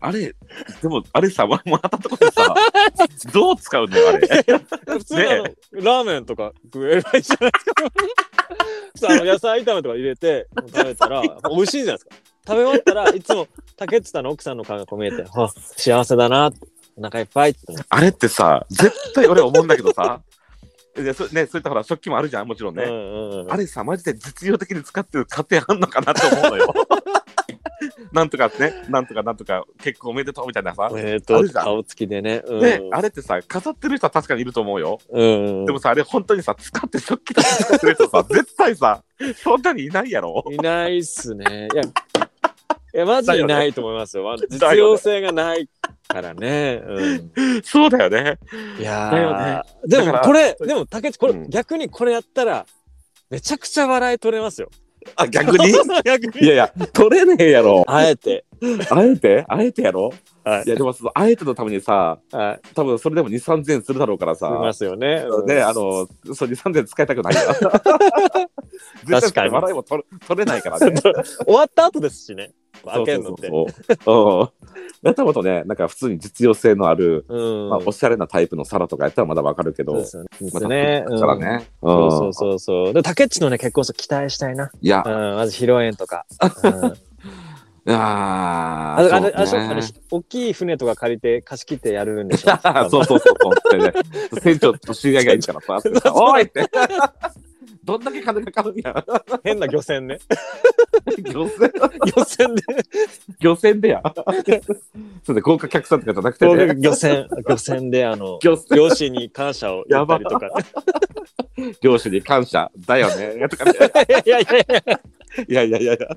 Speaker 2: あれ、でも、あれさ、もらったとこで さ、どう使うのよあれ。
Speaker 1: 普通にあの
Speaker 2: ね
Speaker 1: ラーメンとか食えばいいじゃない ですか。あの野菜炒めとか入れて食べたら美味しいじゃないですか。食べ終わったらいつも竹内さんの奥さんの顔がこう見えて、あ幸せだな、お腹いっぱいって思う。
Speaker 2: あれってさ、絶対俺思うんだけどさ、でそね、そういったほら、食器もあるじゃん、もちろんね。
Speaker 1: うんうんうん
Speaker 2: あれさ、マジで実用的に使ってる家庭あんのかなって思うの よ。なんとかね、なんとかなんとか、結婚おめでとうみたいなさ。
Speaker 1: おめでと
Speaker 2: あ
Speaker 1: う
Speaker 2: る
Speaker 1: っ
Speaker 2: じ
Speaker 1: て
Speaker 2: ゃん。
Speaker 1: 顔つきでね。うん
Speaker 2: ね、あれってさ、飾ってる人は確かにいると思うよ。
Speaker 1: うんうん
Speaker 2: でもさ、あれ本当にさ、使って食器とか使ってる人 さ、絶対さ、そんなにいないやろ。
Speaker 1: いないっすね。いや、いやマジでいないと思いますよ。実
Speaker 2: だよ
Speaker 1: 用
Speaker 2: ね
Speaker 1: 性がないからね。うん
Speaker 2: そうだよね。
Speaker 1: いや
Speaker 2: だよ
Speaker 1: ーで
Speaker 2: だか
Speaker 1: も
Speaker 2: ら
Speaker 1: これでも竹内これ、
Speaker 2: うん
Speaker 1: 逆にこれやったらめちゃくちゃ笑い取れますよ。
Speaker 2: あ、逆に
Speaker 1: 逆
Speaker 2: い
Speaker 1: に
Speaker 2: やいや、取れねえやろ。
Speaker 1: あえて。
Speaker 2: あえてあえてやろ
Speaker 1: はい
Speaker 2: いや、でもその、あえてのためにさ、
Speaker 1: はい。
Speaker 2: 多分それでも2、3千円するだろうからさ。
Speaker 1: いますよね。うん
Speaker 2: ね、あの、そう、2、3千使いた くないよ。
Speaker 1: 確かに
Speaker 2: 笑いも取れ取れないか らね。
Speaker 1: 終わった後ですしね。
Speaker 2: そ
Speaker 1: 開
Speaker 2: う
Speaker 1: け
Speaker 2: そ
Speaker 1: ん
Speaker 2: う
Speaker 1: のって。
Speaker 2: そうそう。うん。やったことね、なんか普通に実用性のある、
Speaker 1: うん
Speaker 2: まあ、おしゃれなタイプの皿とかやったらまだわかるけ
Speaker 1: そう
Speaker 2: ど
Speaker 1: で、すよね。で
Speaker 2: ますた
Speaker 1: ね。
Speaker 2: だから
Speaker 1: うん
Speaker 2: ね。
Speaker 1: そ
Speaker 2: ん
Speaker 1: うそうそうそう。で、竹内のね、結婚式期待したいな。
Speaker 2: いや
Speaker 1: う、ん、まず披露宴と か。うん
Speaker 2: あ
Speaker 1: あ
Speaker 2: ー
Speaker 1: とあれ、あれ、
Speaker 2: そう
Speaker 1: あれ
Speaker 2: ね、。
Speaker 1: 大きい船とか借りて、貸し切ってやるんでしょ
Speaker 2: そうそうそうそうってね。船長と知り合いがいるか らさ、ってさおいって。 どんだけ金かかるんや。
Speaker 1: 変な漁船ね。
Speaker 2: 漁船、
Speaker 1: 漁船で。
Speaker 2: 漁船でや。 そうね、豪華客さんとかじゃなくてね。
Speaker 1: 漁船、 漁船で、あの、
Speaker 2: 漁船
Speaker 1: 両親に感謝を言ったりとか。
Speaker 2: 漁師に感謝だよね。とかね。
Speaker 1: いやいやいやい
Speaker 2: いやいやいやい や。
Speaker 1: や。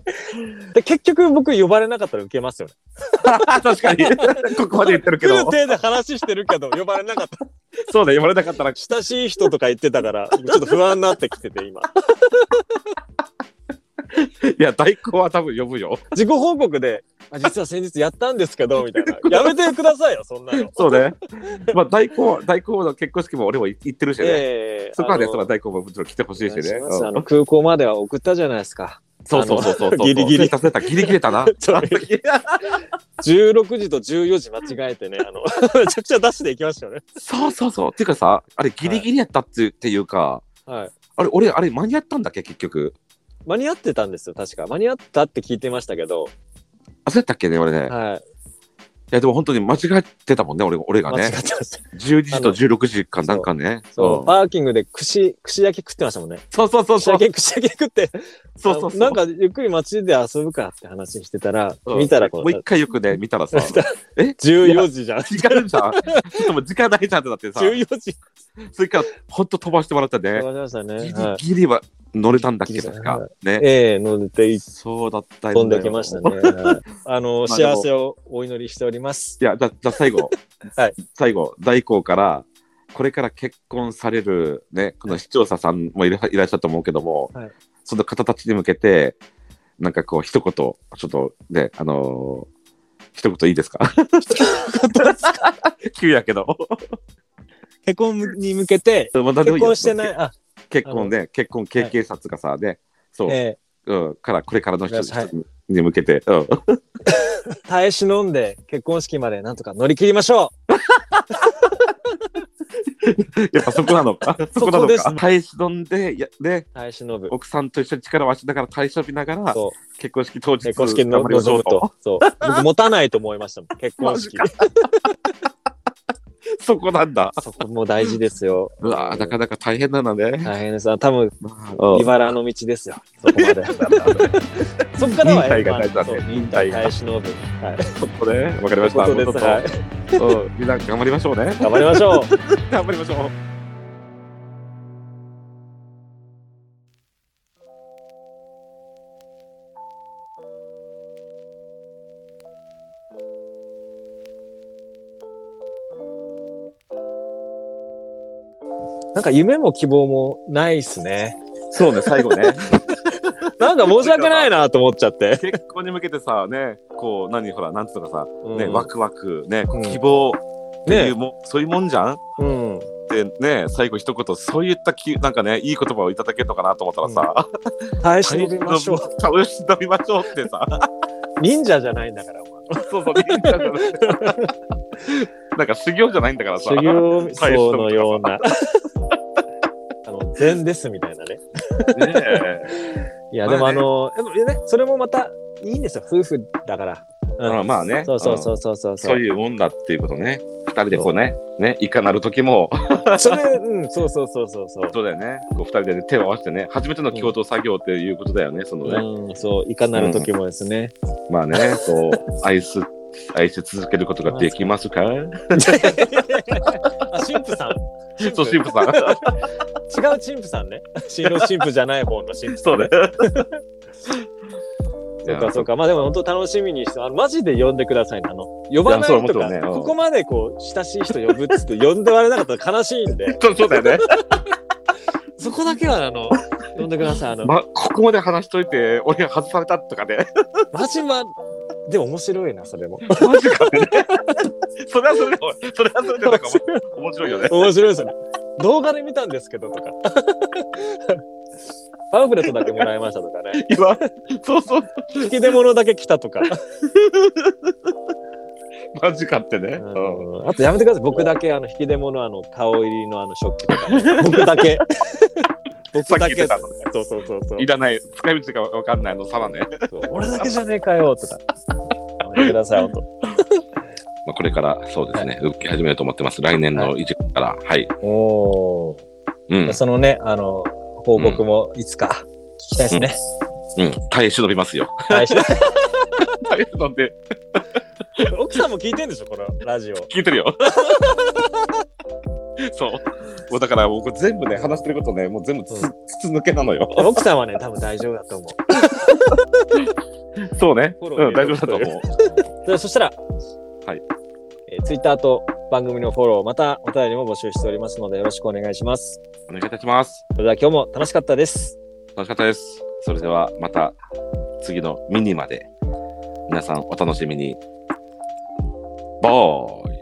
Speaker 1: で、結局僕呼ばれなかったら受けますよね。
Speaker 2: 確かに。ここまで言ってるけ
Speaker 1: 来る。
Speaker 2: ど
Speaker 1: 手で話してるけど、呼ばれなかった。
Speaker 2: そうだ、言われなかったら。
Speaker 1: 親しい人とか言ってたから、ちょっと不安になってきてて、今。
Speaker 2: いや、大根は多分呼ぶよ。
Speaker 1: 自己報告で、あ実は先日やったんですけど、みたいな。やめてくださいよ、そんなの。
Speaker 2: そうね。まあ、大根、大根の結婚式も俺も行ってるしね。
Speaker 1: ええ
Speaker 2: そこはね、
Speaker 1: あの
Speaker 2: そら大根ももちろん来てほしいし
Speaker 1: お願
Speaker 2: ね。
Speaker 1: いし
Speaker 2: う
Speaker 1: ますあの
Speaker 2: ん
Speaker 1: 空港までは送ったじゃないですか。
Speaker 2: そうそうそうそうそう。
Speaker 1: ギリギリ
Speaker 2: させた、ギリギリだな。
Speaker 1: ちょっと16時と14時間違えてね、あの、 めちゃくちゃダッシュで行きましたよね。
Speaker 2: そうそうそう。っていうかさ、あれギリギリやったって,、っていうか、
Speaker 1: はい。
Speaker 2: あれ、俺、あれ間に合ったんだっけ、結局。
Speaker 1: 間に合ってたんですよ、確か。間に合ったって聞いてましたけど、
Speaker 2: 焦ったっけね、俺ね。い
Speaker 1: はい。
Speaker 2: や、でも本当に間違ってたもんね、俺俺が
Speaker 1: 間違っ
Speaker 2: ね
Speaker 1: て。ました。
Speaker 2: 12時と16時間なんかね。
Speaker 1: そう、
Speaker 2: ん
Speaker 1: パーキングで串、串焼き食ってましたもんね。
Speaker 2: そうそうそう
Speaker 1: 串
Speaker 2: そう
Speaker 1: 焼。き、串焼き食って、
Speaker 2: そうそうそう。
Speaker 1: あのなんかゆっくり街で遊ぶかって話してたら、
Speaker 2: うん
Speaker 1: 見たらこ
Speaker 2: もう一
Speaker 1: う、
Speaker 2: 回よくね、見たらさ、
Speaker 1: 14時じゃん。
Speaker 2: 時間じゃん。ちょっともう時間ないじゃんってなってさ、
Speaker 1: 14時。
Speaker 2: それからほんと飛ばしてもらったね
Speaker 1: わかりましたね。
Speaker 2: ギ
Speaker 1: はい
Speaker 2: リギリは乗れたんだっけですか
Speaker 1: は
Speaker 2: ね
Speaker 1: ええ乗ってい
Speaker 2: そうだったよね
Speaker 1: 飛んできましたね。はいあの、
Speaker 2: まあでも
Speaker 1: 幸せをお祈りしております。、
Speaker 2: いや、じゃじゃあ最後
Speaker 1: はい
Speaker 2: 最後、大光から、これから結婚される、ね、この視聴者さんもいらいらっしゃると思うけども、
Speaker 1: はい
Speaker 2: その方たちに向けて、なんかこう、一言、ちょっとね、あのー一言いいで すか 急やけど。
Speaker 1: 結婚に向けて、
Speaker 2: まあ何で
Speaker 1: 結
Speaker 2: もいいよ
Speaker 1: 婚してない、あ、
Speaker 2: 結婚で、結婚経験札がさ、ね、そう、
Speaker 1: え
Speaker 2: うん、から、これからの人
Speaker 1: はい
Speaker 2: に向けて、うん、
Speaker 1: え耐え忍んで結婚式までなんとか乗り切りましょ
Speaker 2: やっぱそこなのか、そこな
Speaker 1: そこ
Speaker 2: の
Speaker 1: です
Speaker 2: か、耐え忍んで、いやね
Speaker 1: う、耐え忍ぶ。
Speaker 2: 奥さんと一緒に力を合わせながら耐え忍びながら、
Speaker 1: そう。
Speaker 2: 結婚式当日
Speaker 1: 結婚式の
Speaker 2: 頑張りましょ
Speaker 1: 望
Speaker 2: う
Speaker 1: むと。そう。僕持たないと思いました もん。結婚式。
Speaker 2: そこなんだ
Speaker 1: そこも大事ですよ。
Speaker 2: うわーなかなか大変だなのね、
Speaker 1: 大変です。あ多分、
Speaker 2: うん
Speaker 1: 茨の道ですよ。そこ まで。そこからは
Speaker 2: 忍耐が大事だね
Speaker 1: そう忍
Speaker 2: 忍
Speaker 1: 耐
Speaker 2: 耐が
Speaker 1: 耐え忍ぶ。はい。
Speaker 2: そこねわかりました
Speaker 1: ということですはい
Speaker 2: ちょっとうんみんな頑張りましょうね
Speaker 1: 頑張りましょう。
Speaker 2: 頑張りましょう
Speaker 1: なんか夢も希望もないっすね。
Speaker 2: そうね最後ね
Speaker 1: なんか申し訳ないなと思っちゃって。
Speaker 2: 結婚に向けてさねこう何ほらなんつうのかさ、ね
Speaker 1: うん
Speaker 2: ワクワクね
Speaker 1: うん
Speaker 2: 希望っていうも、そういうもんじゃんっ
Speaker 1: うん。
Speaker 2: てね最後一言そういったきなんかねいい言葉をいただけるのかなと思ったらさ
Speaker 1: 耐え
Speaker 2: 「
Speaker 1: 忍びましょ う。
Speaker 2: 楽しんびましょう」って さ
Speaker 1: 忍者じゃないんだから、お前
Speaker 2: そうそう、忍者じゃない。 なんか修行じゃないんだからさ。
Speaker 1: 修行僧のような。 あの、禅ですみたいなね。
Speaker 2: ねえ
Speaker 1: いや、
Speaker 2: ま
Speaker 1: で
Speaker 2: あね
Speaker 1: もあの、でもね、それもまたいいんですよ。夫婦だから。
Speaker 2: まあまあね
Speaker 1: そうそうそうそうそう。
Speaker 2: そういうもんだっていうことね。二人でこうね、ね、いかなる時も、
Speaker 1: それ、うん、そうそうそうそうそう。
Speaker 2: そうだよね。こう二人で、ね、手を合わせてね、初めての共同作業っていうことだよね。そのね、
Speaker 1: うん、そう、いかなる時もですね。
Speaker 2: まあね、こう、愛す、愛し続けることができますか
Speaker 1: あ、神父さん。
Speaker 2: そう、神父さん。
Speaker 1: 違う神父さんね。新郎神父じゃない方の神父さ
Speaker 2: そ
Speaker 1: ん
Speaker 2: うね
Speaker 1: ね。。そうか、そう
Speaker 2: か。
Speaker 1: か。まあでも本当楽しみにして、あの、マジで呼んでくださいね。あの、呼ばない
Speaker 2: いやそう
Speaker 1: と
Speaker 2: もちろ
Speaker 1: か、
Speaker 2: んねうん
Speaker 1: ここまでこう、親しい人呼ぶっつって呼んでられなかったら悲しいんで、
Speaker 2: そうそうだよね。
Speaker 1: そこだけはあ の、呼んでください。あの、
Speaker 2: ま、ここまで話しといて、俺が外されたとかね。
Speaker 1: マジは、でも面白いな、それも。
Speaker 2: マジかってね。 それはそれで、それはそれで、なんか面白いよね。
Speaker 1: 面白いですね。動画で見たんですけどとか。 パンフレットだけもらいましたとかね。
Speaker 2: 今、そうそう、
Speaker 1: 引き出物だけ来たとか。
Speaker 2: マジかってね。うん
Speaker 1: うんあとやめてください。僕だけあの引き出物あの顔入りのあの食器と か、ね、僕だけ。僕だけ。
Speaker 2: さっき言ってた
Speaker 1: そ
Speaker 2: のね
Speaker 1: うそうそうそう
Speaker 2: いらない、使い道がわかんないの、さらね。
Speaker 1: そう俺だけじゃねえかよ とか。やめてください、ほんと。
Speaker 2: まあ、これから、そうですね、動き始めると思ってます。来年の1月から、はい。
Speaker 1: おー
Speaker 2: うん、
Speaker 1: そのね、あの、報告もいつか聞きたいですね。
Speaker 2: うん、耐え忍びますよ。
Speaker 1: はい
Speaker 2: 耐え忍んで、
Speaker 1: 奥さんも聞いてんでしょ、このラジオ。
Speaker 2: 聞いてる よ。そう。もうだから、僕全部ね、話してることね、もう全部つ、
Speaker 1: うん
Speaker 2: 筒抜けなのよ。
Speaker 1: 奥さんはね、多分大丈夫だと思う。
Speaker 2: そうね。
Speaker 1: フォロー
Speaker 2: うん、大丈夫だと思う。
Speaker 1: でそしたら、
Speaker 2: はい。
Speaker 1: えー、ツイッターと番組のフォロー、またお便りも募集しておりますので、よろしくお願いします。
Speaker 2: お願いいたします。
Speaker 1: それでは今日も楽しかったです。
Speaker 2: 楽しかったです。それでは、また、次のミニまで、皆さんお楽しみに。バイ。